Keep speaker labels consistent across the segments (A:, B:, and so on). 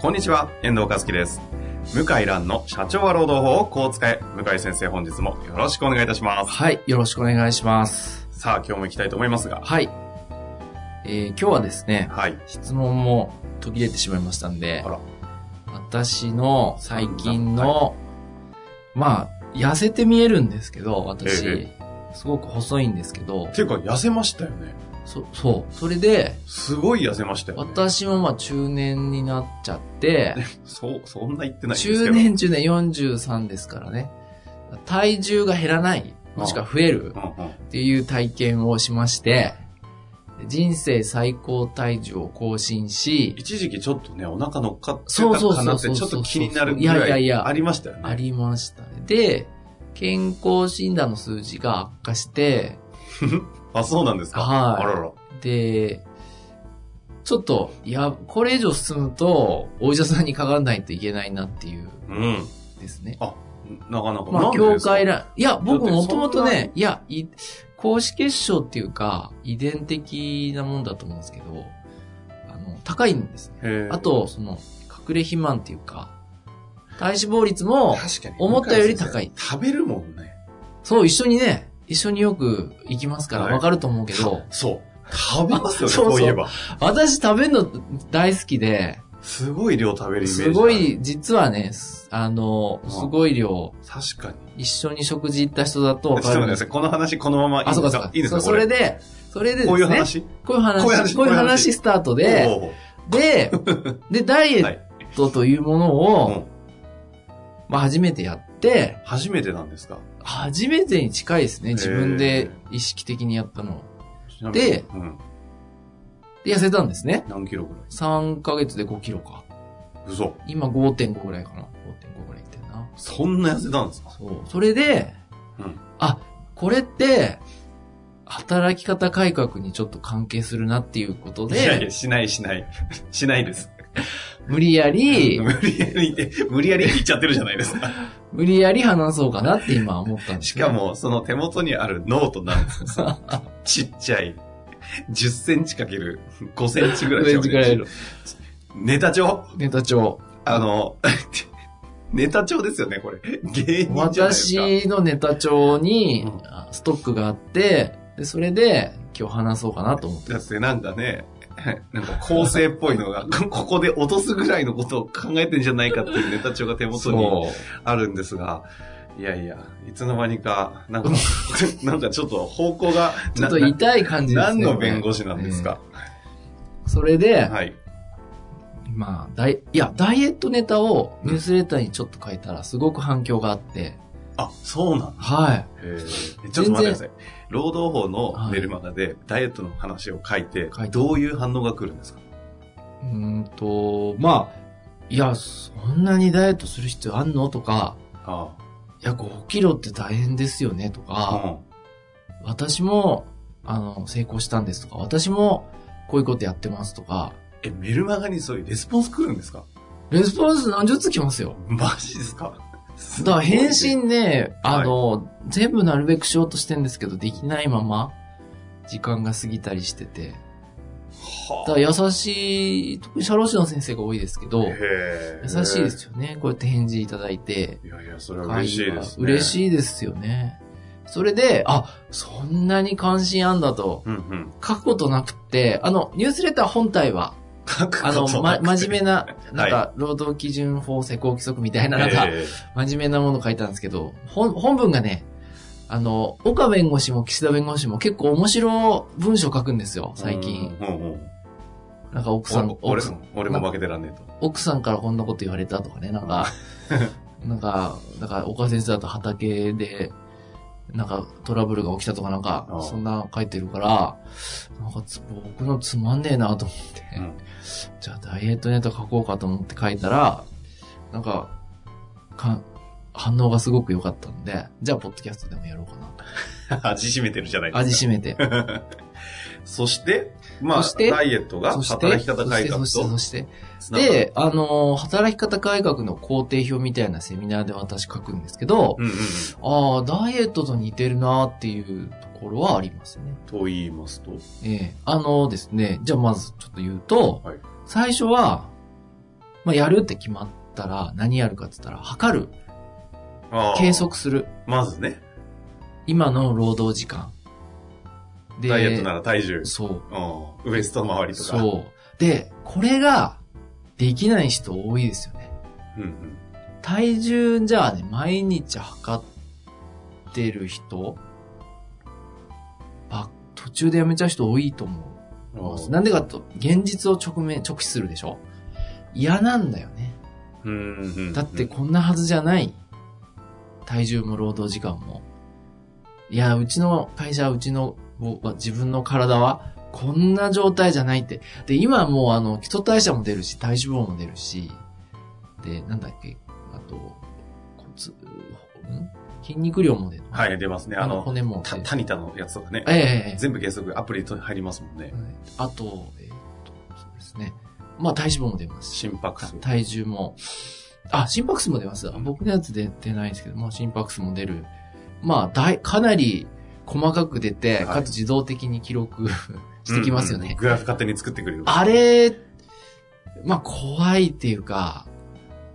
A: こんにちは、遠藤和樹です。向井蘭の社長は労働法をこう使え。向井先生、本日もよろしくお願いいたします。
B: はい、よろしくお願いします。
A: さあ、今日も行きたいと思いますが。
B: はい。えー今日はですね、
A: はい。
B: 質問も途切れてしまいましたんで
A: あ、ら、
B: 私の最近の、まあ、痩せて見えるんですけど、私、
A: え
B: すごく細いんですけど
A: っ、ていうか、痩せましたよね。
B: そ、そう。それで、
A: すごい痩せましたよね。
B: 私もまあ中年になっちゃ って、
A: そう、そんな言ってないんですけ
B: 中
A: ど。
B: 年中年43ですからね、体重が減らない、もしくは増える
A: う。んうん。
B: っていう体験をしまして、人生最高体重を更新し、
A: 一時期ちょっとね、お腹乗っかって
B: そうそう
A: た
B: そ
A: か
B: う
A: な
B: そう
A: って、
B: そう
A: ちょっと気になるぐ
B: いやい
A: ら
B: やい
A: い
B: や
A: ありましたよね。
B: ありましたね。で、健康診断の数字が悪化して、
A: あ、そうなんですか。
B: はい
A: あらら。
B: で、ちょっと、いや、これ以上進むと、お医者さんにかからないといけないなっていう
A: うん。
B: ですね。
A: なかなか。
B: ま
A: な
B: あ、
A: んで
B: 業
A: ですか
B: 界ら、いや、僕
A: だっ
B: も
A: てそ
B: と
A: んな
B: もとね、いや、い高脂血症っていうか、遺伝的なもんだと思うんですけど、あの、高いんですね
A: へー
B: あ、と、その、隠れ肥満っていうか、体脂肪 率も、
A: 確かに。
B: 思ったより高い
A: 向井先生食べるもんね。
B: そう、一緒にね、一緒によく行きますから、
A: はい
B: わかると思うけど、
A: そう。食べますよね、
B: そうそう
A: そういえば。
B: 私食べるの大好きで、
A: すごい量食べるイメージ。
B: すご。い、実はね、すあの、
A: うん
B: すごい量、
A: 確かに。
B: 一緒に食事行った人だとわ
A: ちょっ
B: か
A: と
B: る
A: 待
B: ん
A: ってく
B: で
A: ださ
B: す
A: い。この話、このままいい
B: あ、そう
A: で
B: か
A: す
B: そうか
A: か。いいんですか
B: そそれで、それでですね、
A: こういう話
B: こういう話、
A: こういう話
B: こういう話スタートで、
A: おう
B: で、で、ダイエットというものを、
A: うん
B: まあ初めてやって、
A: 初めてなんですか
B: 初めてに近いですね。自分で意識的にやったの。
A: ちなみに
B: で
A: うん。
B: で、痩せたんですね。
A: 何キロぐらい
B: 3ヶ月で5キロか。
A: 嘘。
B: 今5.5ぐらいかな。5.5ぐらいいってんな。
A: そんな痩せたんですか
B: そう。それで、
A: うん
B: あ、これって、働き方改革にちょっと関係するなっていうこと
A: いやい
B: で
A: や、、しないしない。 しないです。
B: 無理やり、
A: 無理やり、無理やり言っちゃってるじゃないですか。
B: 無理やり話そうかなって今思ったんです、
A: しか、も、その手元にあるノートなんですよ。 ちっちゃい。10センチかける5センチぐらいしか
B: 10センチぐらい
A: ネタ帳
B: ネタ帳。
A: あの、 ネタ帳ですよね、これ。芸人じゃないですか。
B: 私のネタ帳に
A: うん
B: あストックがあって、で、それで今日話そうかなと思って
A: だ。ってなんかね、なんか構成っぽいのが、こここで落とすぐらいのことを考えてんじゃないかっていうネタ帳が手元に
B: そう。
A: あるんですが、いやいや、いつの間にか、なんか、 なんかちょっと方向が、
B: ちょっと
A: な
B: 痛い感じですね。
A: 何の弁護士なんですか、
B: それで、
A: はい。
B: まあ、ダイ、いや、ダイエットネタをニュースレターにちょっと書いたらすごく反響があって、
A: あ、そうなんだ。
B: はい。
A: へーちょっと待ってください。労働法のメルマガでダイエットの話を書いて
B: 書い、て
A: どういう反応が来るんですか
B: うーんと、まあ、いや、そんなにダイエットする必要あんのとか、
A: あ
B: いや、5キロって大変ですよねと
A: あ。
B: か、
A: うん
B: 私も、あの、成功したんですとか、私も、こういうことやってますとか、
A: え、メルマガにそういうレスポンス来るんですか
B: レスポンス何十つきますよ。
A: マジですか
B: だから返信ね、
A: はい
B: あの、全部なるべくしようとしてんですけど、できないまま、時間が過ぎたりしてて。
A: はあ
B: だから優しい、特に社労士の先生が多いですけど、
A: へー
B: 優しいですよね。こうやって返事いただいて。
A: いやいや、それは嬉しいです、ね。
B: 嬉
A: い。
B: しいですよね。それで、あ、そんなに関心あんだと、
A: うんうん。
B: 書くことなくて、あの、ニュースレター本体は、
A: 書く
B: あの、ま、真面目
A: 目
B: な、なんか、労働基準法施行規則みたいな、なんか、真面目なもの書いたんですけど、本本文がね、あの、岡弁護士も岸田弁護士も結構面白い文章書くんですよ、最近。。
A: うんうんうん
B: なんか奥さん、
A: 俺
B: 奥さん
A: も、俺も負けてらんねえと。
B: 奥さんからこんなこと言わ れたとかね、なんか、なんか、なんか岡先生だと畑で、なんかトラブルが起きたとかなんか
A: ああ、
B: そんな書いてるから、なんかつ僕のつまんねえなと思って、
A: うん
B: じゃあダイエットネタ書こうかと思って書いたら、なんか、か反応がすごく良かったんで、じゃあポッドキャストでもやろうかなと。
A: 味しめてるじゃないですか。
B: 味し めて。
A: そして、まあ、
B: そして
A: ダイエットが
B: そして、
A: 働き方改革
B: そして、そ
A: と
B: して、
A: つ
B: そ
A: な
B: し
A: が
B: て
A: る。
B: で、あのー働き方改革の工程表みたいなセミナーで私書くんですけど、
A: うんうんうん。
B: ああ、ダイエットと似てるなっていうところはありますね。
A: と言いますと、
B: ええあのですね、じゃあまずちょっと言うと、
A: はい
B: 最初は、まあ、やるって決まったら、何やるかって言ったら、測る、
A: あー
B: 計。測する、
A: まずね、
B: 今の労働時間。で
A: ダイエットなら体重、
B: そう、
A: うん、ウエスト周りとか。
B: そう。で、これが、できない人多いですよね。
A: うんうん。
B: 体重じゃあね、毎日測ってる人、あ、途中でやめちゃう人多いと思う。
A: あー
B: なんでかと、現実を直面、直視するでしょ嫌なんだよね。
A: うんうんうん
B: だってこんなはずじゃない。体重も労働時間も。いや、うちの会社、うちの、僕は自分の体は、こんな状態じゃないって。で、今もうあの、基礎代謝も出るし、体脂肪も出るし、で、なんだっけ、あと、骨、ん筋肉量も出る。
A: はい、出ますね。
B: あ
A: あ
B: の、
A: の、
B: 骨も出
A: た
B: る。
A: タニタのやつとかね。
B: ええええええ
A: 全部計測アプリと入りますもんね。
B: あと、えーっと、そうですね。まあ、体脂肪も出ますし、
A: 心拍数。
B: 体重も、あ、心拍数も出ます。あ僕のやつで出ないんですけど、まあ、心拍数も出る。まあ、だい、かなり細かく出て、
A: はい
B: かつ自動的に記録 してきますよ
A: う
B: ね。
A: んうんグラフ勝手に作ってくれる。
B: あれ、まあ、怖いっていうか、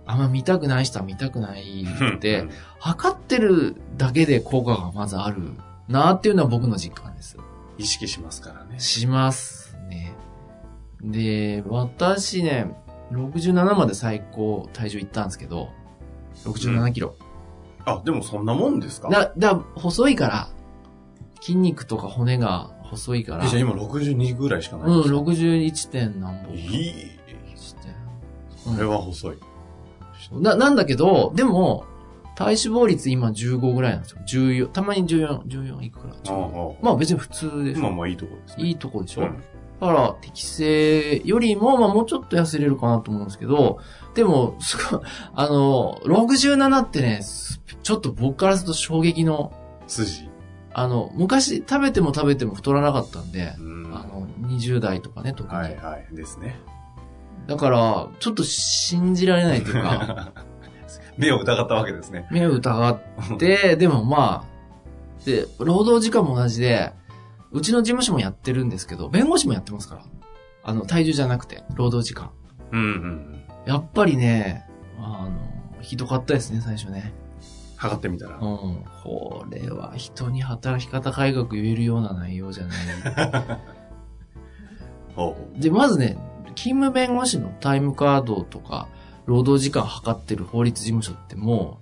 B: あんま見たくない人は見たくない
A: うん
B: ので、、測ってるだけで効果がまずあるなっていうのは僕の実感です。
A: 意識しますからね。
B: しますね。で、私ね、67まで最高体重いったんですけど、67キロ。
A: あ、でもそんなもんですか
B: だ、だ、細いから、筋肉とか骨が細いから、
A: えじゃあ今62ぐらいしかない
B: うん、
A: ですか
B: 61. 点何本
A: いい。
B: して
A: これは細い。
B: な、なんだけど、でも、体脂肪率今15ぐらいなんですよ。14、たまに14、14いくから。
A: ああ
B: 15
A: あ
B: まあ別に普通でしょ。
A: まあまあいいところですね。
B: いいとこでしょ、
A: うん
B: だから、適正よりも、まあもうちょっと痩せれるかなと思うんですけど、でも、すごい、あの、67ってね、すちょっと僕からすると衝撃の、
A: 筋。
B: あの、昔食べても食べても太らなかったんで
A: う、ん。
B: あ
A: は
B: の、20代とかね、特に。
A: いはい。ですね。
B: だから、ちょっと信じられないという か、
A: 目を疑ったわけですね。
B: 目を疑って、でもまあ、で、労働時間も同じで、うちの事務所もやってるんですけど、弁護士もやってますから。あの、体重じゃなくて、労働時間。
A: うんうん。
B: やっぱりね、あの、ひどかったですね、最初ね。
A: 測ってみた
B: うん
A: ら。。
B: これは人に働き方改革言えるような内容じゃない。
A: ほうほ
B: で、まずね、勤務弁護士のタイムカードとか、労働時間測ってる法律事務所っても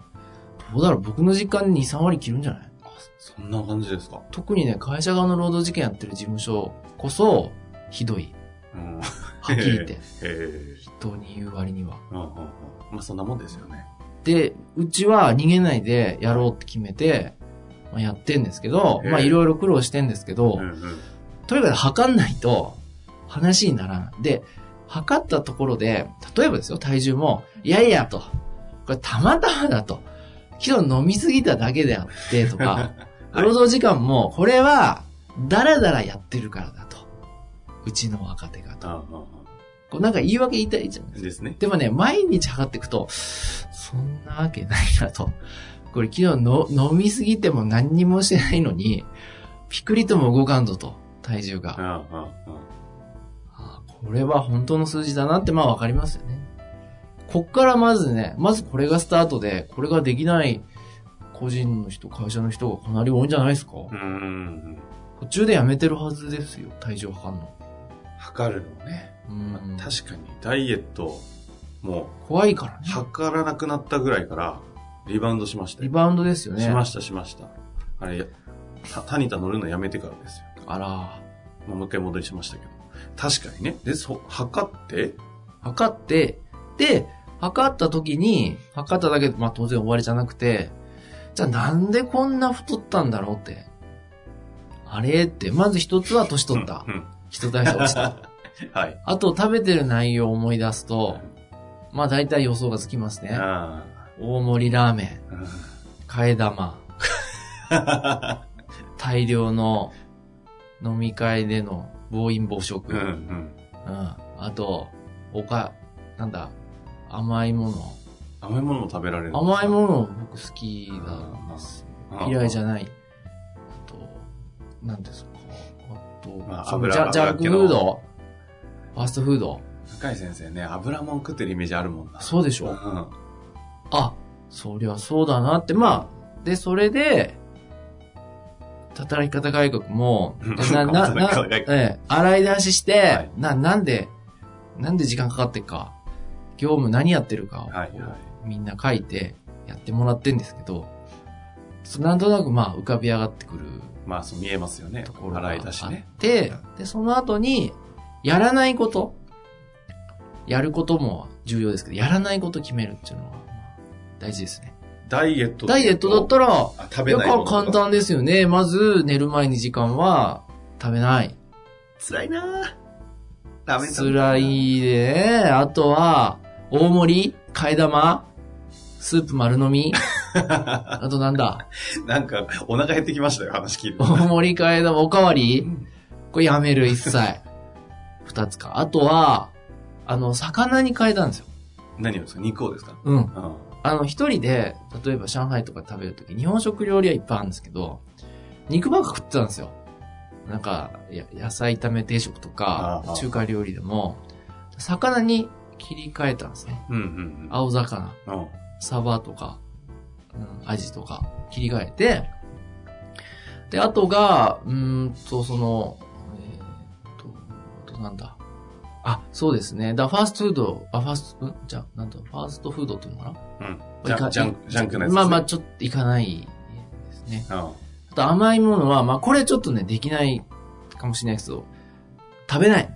B: う、どうだろう、僕の時間に2、3割切るんじゃないう
A: あそんな感じですか。
B: 特にね、会社側の労働事件やってる事務所こそ、ひどい。
A: うん。へ
B: はっきり言 って。
A: え。
B: 人に言う割には。
A: うんうんうんまあそんなもんですよね。
B: で、うちは逃げないでやろうって決めて、まあ、やってんですけど、
A: ええ
B: まあいろいろ苦労してんですけど、
A: うんうん。
B: とにかく測んないと話にならない。で、測ったところで、例えばですよ、体重も、いやいやと、これたまたまだと、昨日飲みすぎただけであってとか、
A: はい
B: 労働時間も、これは、だらだらやってるからだと。うちの若手がと。
A: うんうん
B: こうなんか言い訳言いたいじゃないですか
A: うんですね。
B: でもね、毎日測っていくと、そんなわけないなと。これ昨日の飲みすぎても何にもしてないのに、ピクリとも動かんぞと、体重
A: う
B: が。
A: んうんうん。
B: あこれは本当の数字だなってまあわかりますよね。こっからまずね、まずこれがスタートで、これができない個人の人、会社の人がかなり多いんじゃないですか、
A: うんうんうん。
B: 途中でやめてるはずですよ、体重測るの。
A: 測るのね。
B: うん
A: まあ、確かにダイエットも
B: 怖いから
A: う
B: ね。
A: 測らなくなったぐらいからリバウンドしました
B: リ
A: よ。
B: バウンドですよね。
A: しましたしました。あれ、たタニタ乗るのやめてからですよ。
B: あら。
A: まあもう一回戻りしましたけど。確かにね。で、そ、測って、
B: 測って、で、測った時に、測っただけで、まあ当然終わりじゃなくて、じゃあなんでこんな太ったんだろうって。あれって、まず一つは年取った
A: う。ん
B: 人代謝落ち た。
A: うんはい。
B: あと食べてる内容を思い出すと、まあ大体予想がつきますね。
A: あ
B: 大盛りラーメン、
A: ーうん
B: 替え 玉、大量の飲み会での暴飲暴食。
A: うんうん。
B: うんあと、おか、なんだ、甘いもの。
A: 甘いものも食べられる。
B: 甘いもの僕好きなんです。
A: の
B: 嫌いじ
A: ゃ
B: ゃない。あと、なんですか。あと、
A: まあ
B: その
A: 油
B: ジャジャンク
A: 油
B: フー
A: っ気
B: ドファーストフード
A: 深井先生ね、油もん食ってるイメージあるもんな。
B: そうでし
A: う
B: ょ
A: ん。
B: あ、そりゃそうだなって、まあ、で、それで、働き方改 革も、
A: うん
B: でな、な、
A: 働き
B: な
A: 方、
B: え
A: 改
B: え、洗い出しして、
A: はい
B: な、なんで、なんで時間かかってっか、業務何やってるかを、
A: はいはい
B: みんな書いて、やってもらってんですけど、そなんとなくまあ、浮かび上がってくる
A: まあ、そう見えますよね
B: と。ころがあ
A: 洗
B: っ
A: い出しね。
B: て、で、その後に、やらないこと、やることも重要ですけど、やらないこと決めるっていうのは、まあ大事ですね。
A: ダイエット
B: ダイエットだったら、
A: ら、あ食べ
B: やっ
A: ないもの
B: ぱ
A: とか
B: 簡。単ですよね。まず、寝る前に時間は食べない。
A: 辛いなぁ。ダメだ
B: 辛。いで、ね、あとは、大盛り替え玉スープ丸 飲みあとなんだ
A: なんか、お腹減ってきましたよ、話聞いて。
B: 大盛り替え玉おかわり
A: うん
B: これやめる、一切。二つか。あとは、あの、魚に変えたんですよ。
A: 何をですか肉をですか
B: うん。
A: うん。
B: あの、一人で、例えば上海とか食べるとき、日本食料理はいっぱいあるんですけど、肉ばっか食ってたんですよ。なんか、や野菜炒め定食とか
A: ああ、
B: 中華料理でも、魚に切り替えたんですね。
A: うんうん
B: 青魚、
A: うん。うん
B: サバとか、うん、アジとか、切り替えて、で、あとが、うーんと、その、えー、と、あとなんだ。あ、そうですね。だファーストフード、あ、ファースト、んじゃあ、なんだ、ファーストフードっていうのかな
A: うん。ジ
B: い
A: ャ
B: か
A: ンジャンジャンクなやつですね。
B: まあまあ、ちょっといかないですね。
A: あ。
B: あと甘いものは、まあこれちょっとね、できないかもしれないですけど、食べない。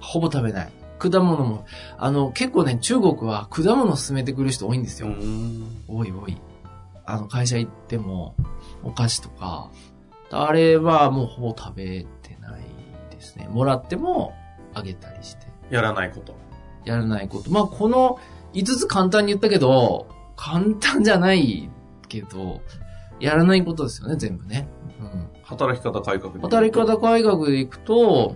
B: ほぼ食べない。果物も、あの、結構ね、中国は果物を勧めてくる人多いんです
A: う
B: よ。
A: ん。
B: 多い多い。あの、会社行っても、お菓子とか、あれはもうほぼ食べてないですね。もらっても、あげたりして。
A: やらないこと。
B: やらないこと。まあ、この5つ簡単に言ったけど、簡単じゃないけど、やらないことですよね、全部ね。うん。
A: 働き方改革で
B: 働き方改革でいくと、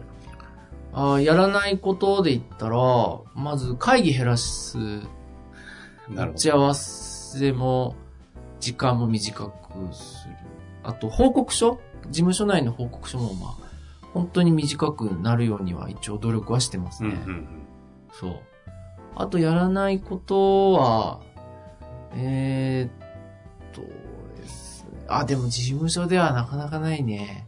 B: あーやらないことで言ったら、まず会議減らす、
A: なる
B: 打
A: ほ
B: ち合わせも、時間も短くする。あと、報告書事務所内の報告書も、まあ、本当に短くなるようには一応努力はしてます
A: ど。うん
B: ね。
A: うん
B: そう。あとやらないことは、えー、っとですね。あ、でも事務所ではなかなかないね。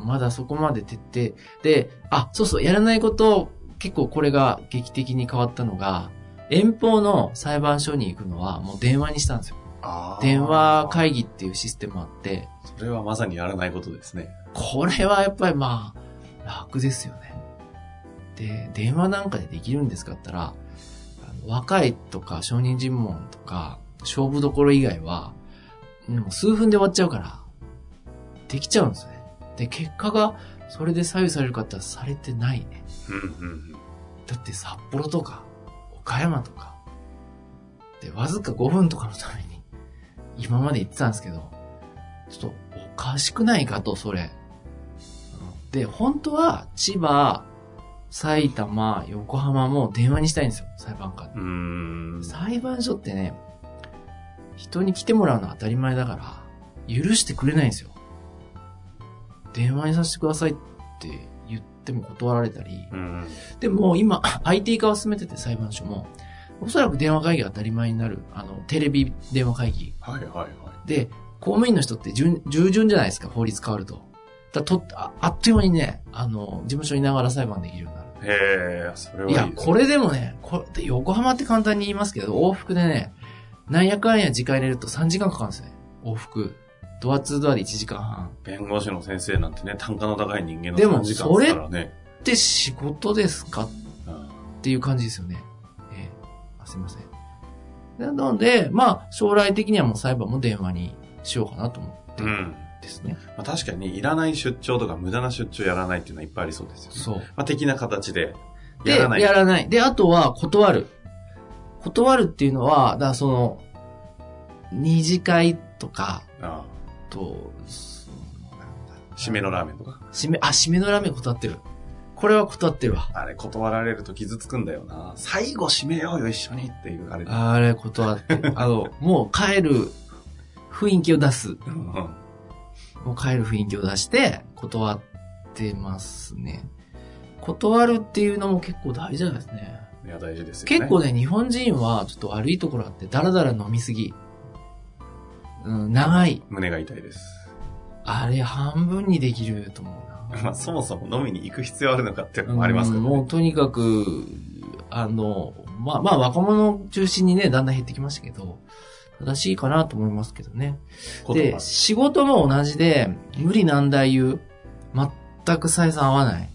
B: うんまだそこまで徹底。で、あ、そうそう、やらないこと、結構これが劇的に変わったのが、遠方の裁判所に行くのはもう電話にしたんですよ。
A: あー
B: 電話会議っていうシステムあって、
A: それはまさにやらないことですね。
B: これはやっぱりまあ、楽ですよね。で、電話なんかでできるんですかって言ったら、あの若いとか、証人尋問とか、勝負どころ以外は、もう数分で終わっちゃうから、できちゃうんですね。で、結果が、それで左右される方はされてないね。
A: うんうん
B: だって札幌とか、岡山とか、で、わずか5分とかのために、今まで言ってたんですけど、ちょっとおかしくないかと、それ。うんで、本当は、千葉、埼玉、横浜も電話にしたいんですよ、裁判官に。
A: うん。うーん。
B: 裁判所ってね、人に来てもらうのは当たり前だから、許してくれないんですよ。電話にさせてくださいって言っても断られたり、
A: うん
B: でも今、IT 化を進めてて裁判所も、おそらく電話会議が当たり前になる、あの、テレビ電話会議。
A: はいはいはい。
B: で、公務員の人って従従順じゃないですか、法律変わると。だとああっという間にね、あの、事務所にいながら裁判できるようになる。
A: へえ、それはいい
B: いや、これでもね、これで横浜って簡単に言いますけど、往復でね、なんやかんや時間入れると3時間かかるんですね。往復。ドア2ドアで1時間半。
A: 弁護士の先生なんてね、単価の高い人間の
B: でも
A: 3時間ですからね。
B: で、仕事ですか
A: うん
B: っていう感じですよね。ええあすいません。なので、まあ、将来的にはもう裁判も電話にしようかなと思って
A: う
B: るん
A: ん。
B: ですね。
A: まあ、確かに、いらない出張とか無駄な出張やらないっていうのはいっぱいありそうですよね。
B: そう。
A: まあ、的な形で、
B: で、
A: やらない。
B: やらない。で、あとは、断る。断るっていうのは、だからその、二次会とか、
A: あ
B: と、そのなんだ
A: あ締めのラーメンとか。
B: 締め、あ、締めのラーメン断ってる。これは断ってるわ。
A: あれ、断られると傷つくんだよな。最後締めようよ、一緒にっていう、あれ。
B: あれ断ってる。あの、 もう帰る雰囲気を出す。
A: うんうん
B: もう帰る雰囲気を出して、断ってますね。断るっていうのも結構大事なんですね。
A: いや、大事ですよね。
B: 結構ね、日本人はちょっと悪いところあって、だらだら飲みすぎ。うん、長い。
A: 胸が痛いです。
B: あれ、半分にできると思うな。
A: まあ、そもそも飲みに行く必要あるのかっていうの もありますけ
B: う
A: ど、
B: ん
A: ね。
B: もうとにかく、あの、まあまあ若者を中心にね、だんだん減ってきましたけど、正しいかなと思いますけどね。
A: 言葉
B: で、仕事も同じで、無理難題言う。全く採算合わない。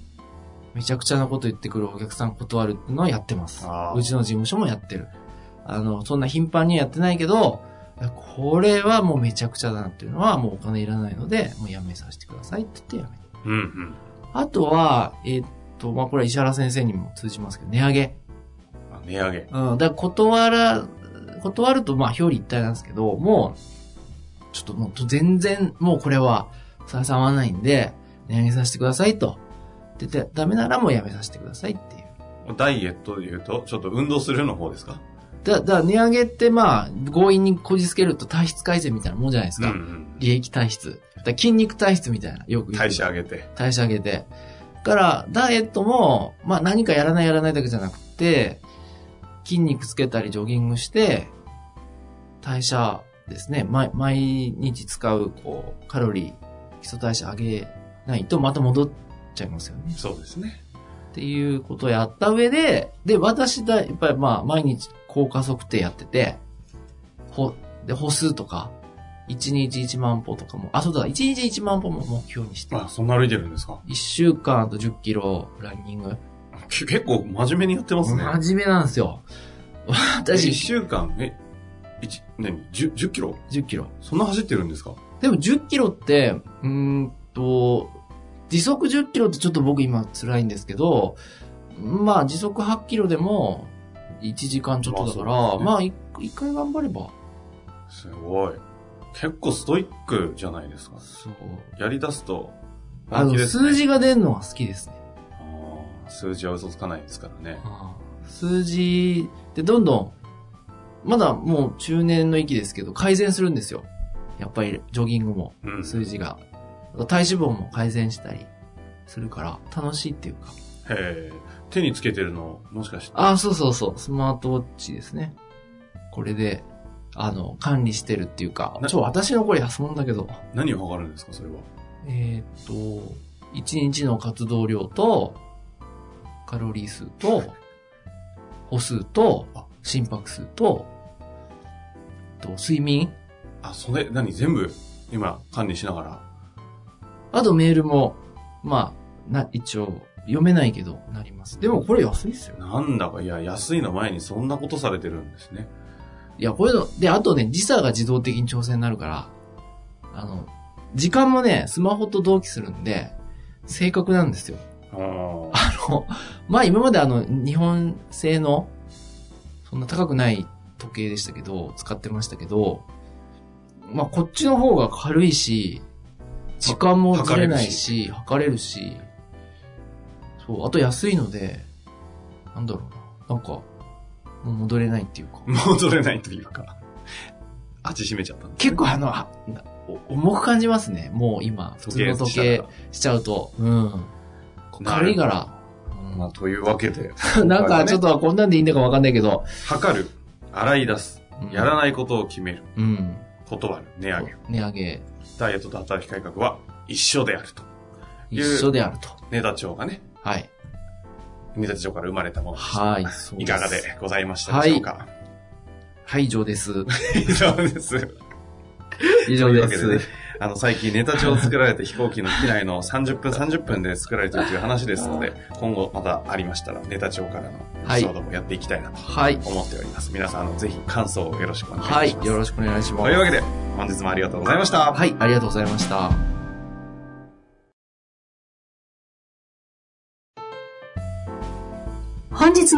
B: めちゃくちゃなこと言ってくるお客さん断るってのはやってます
A: あ。ー
B: うちの事務所もやってる。あの、そんな頻繁にはやってないけど、これはもうめちゃくちゃだなっていうのはもうお金いらないので、もうやめさせてくださいって言ってやめ
A: うんうん。
B: あとは、えーっと、まあ、これは石原先生にも通じますけど、値上げ。
A: まあ、値上げ。
B: うん、だから断ら、断ると、まあ、表裏一体なんですけど、もう、ちょっともう、全然、もうこれは、ささ合わないんで、値上げさせてくださいと。で、でダメならもうやめさせてくださいっていう。
A: ダイエットで言うと、ちょっと運動するの方ですか
B: だ、だから値上げって、まあ、強引にこじつけると体質改善みたいなもんじゃないです
A: うん
B: か。
A: うん。
B: 利益体質。だから筋肉体質みたいな、よく言う
A: 代謝上げて。
B: 代謝上げて。だから、ダイエットも、まあ何かやらないやらないだけじゃなくて、筋肉つけたりジョギングして、代謝ですね、毎毎日使う、こう、カロリー、基礎代謝上げないとまた戻っちゃいますよね。
A: そうですね。
B: っていうことをやった上で、で、私だ、やっぱりまあ毎日効果測定やってて、ほ、で、歩数とか、1日1万歩とかも、あ、そうだ、1日1万歩も目標にして
A: あ、そんな歩いてるんですか
B: 一週間あと10キロランニング。
A: け結構真面目にやってますね。
B: 真面目なんですよ。
A: え一
B: 私、
A: 週間、え、一、何十、十キロ
B: 10キロ。
A: そんな走ってるんですか
B: でも10キロって、うーんと、時速10キロってちょっと僕今辛いんですけど、まあ時速8キロでも1時間ちょっとだから、
A: まあそうですね
B: まあ一一回頑張れば。
A: すごい。結構ストイックじゃないですか。
B: そう。
A: やり出すと、
B: あ
A: 本気
B: の、
A: ですね
B: 数字が出るのは好きですね。
A: あー数字は嘘つかないですからね。
B: 数字ってどんどん、まだもう中年の域ですけど、改善するんですよ。やっぱりジョギングも。
A: うん。
B: 数字が。あと体脂肪も改善したりするから、楽しいっていうか。
A: へえ。手につけてるの、もしかして。
B: あ、そうそうそう、スマートウォッチですね。これで、あの、管理してるっていうか、
A: な
B: ちょ、私のこれ安物だけど、
A: 何を測るんですか、それは。
B: えーっと、1日の活動量と、カロリー数と、歩数と
A: あ、
B: 心拍数と、と睡眠
A: あ、それ、何全部、今、管理しながら。
B: あとメールも、まあ、な、一応、読めないけど、なります。でもこれ安いっすよ。
A: なんだか、いや、安いの前にそんなことされてるんですね。
B: いや、こういうの、で、あとね、時差が自動的に調整になるから、あの、時間もね、スマホと同期するんで、正確なんですよ。
A: あー
B: あの、まあ今まであの、日本製の、そんな高くない時計でしたけど、使ってましたけど、まあこっちの方が軽いし、時間もずれないし、測れるし、そう、あと安いので、なんだろうな、なんか、もう戻れないっていうか。
A: もう取れないという か。味しめちゃったんですね
B: 結構あの、はお重く感じますね。もう今、普通の時計しちゃうと。うん。軽いから。
A: まあ、というわけで、
B: うん なんかちょっとこんなんでいいのかわかんないけど。
A: 測る、洗い出す、
B: うん
A: やらないことを決める、
B: うん。
A: 断る、値上げ、
B: 値上げ、
A: ダイエットと働き改革は一緒であると。
B: 一緒であると。
A: ネタ帳がね、
B: はい。
A: ネタ帳から生まれたものでした。
B: はい。そう
A: い
B: す
A: かがでございましたでしょうか。
B: はい、以上です。
A: 以上です。
B: 以
A: と
B: 上
A: いうわ
B: で
A: け
B: す
A: で。ね、あの、最近ネタ帳を作られて飛行機の機内の30分30分で作られてるという話ですので、今後またありましたらネタ帳からのエピソードもやっていきたいなと
B: はい。
A: 思っております。皆さん、あの、ぜひ感想をよろしくお願いします。
B: はい。よろしくお願いします。
A: というわけで、本日もありがとうございました。
B: はい。ありがとうございました。
C: 本日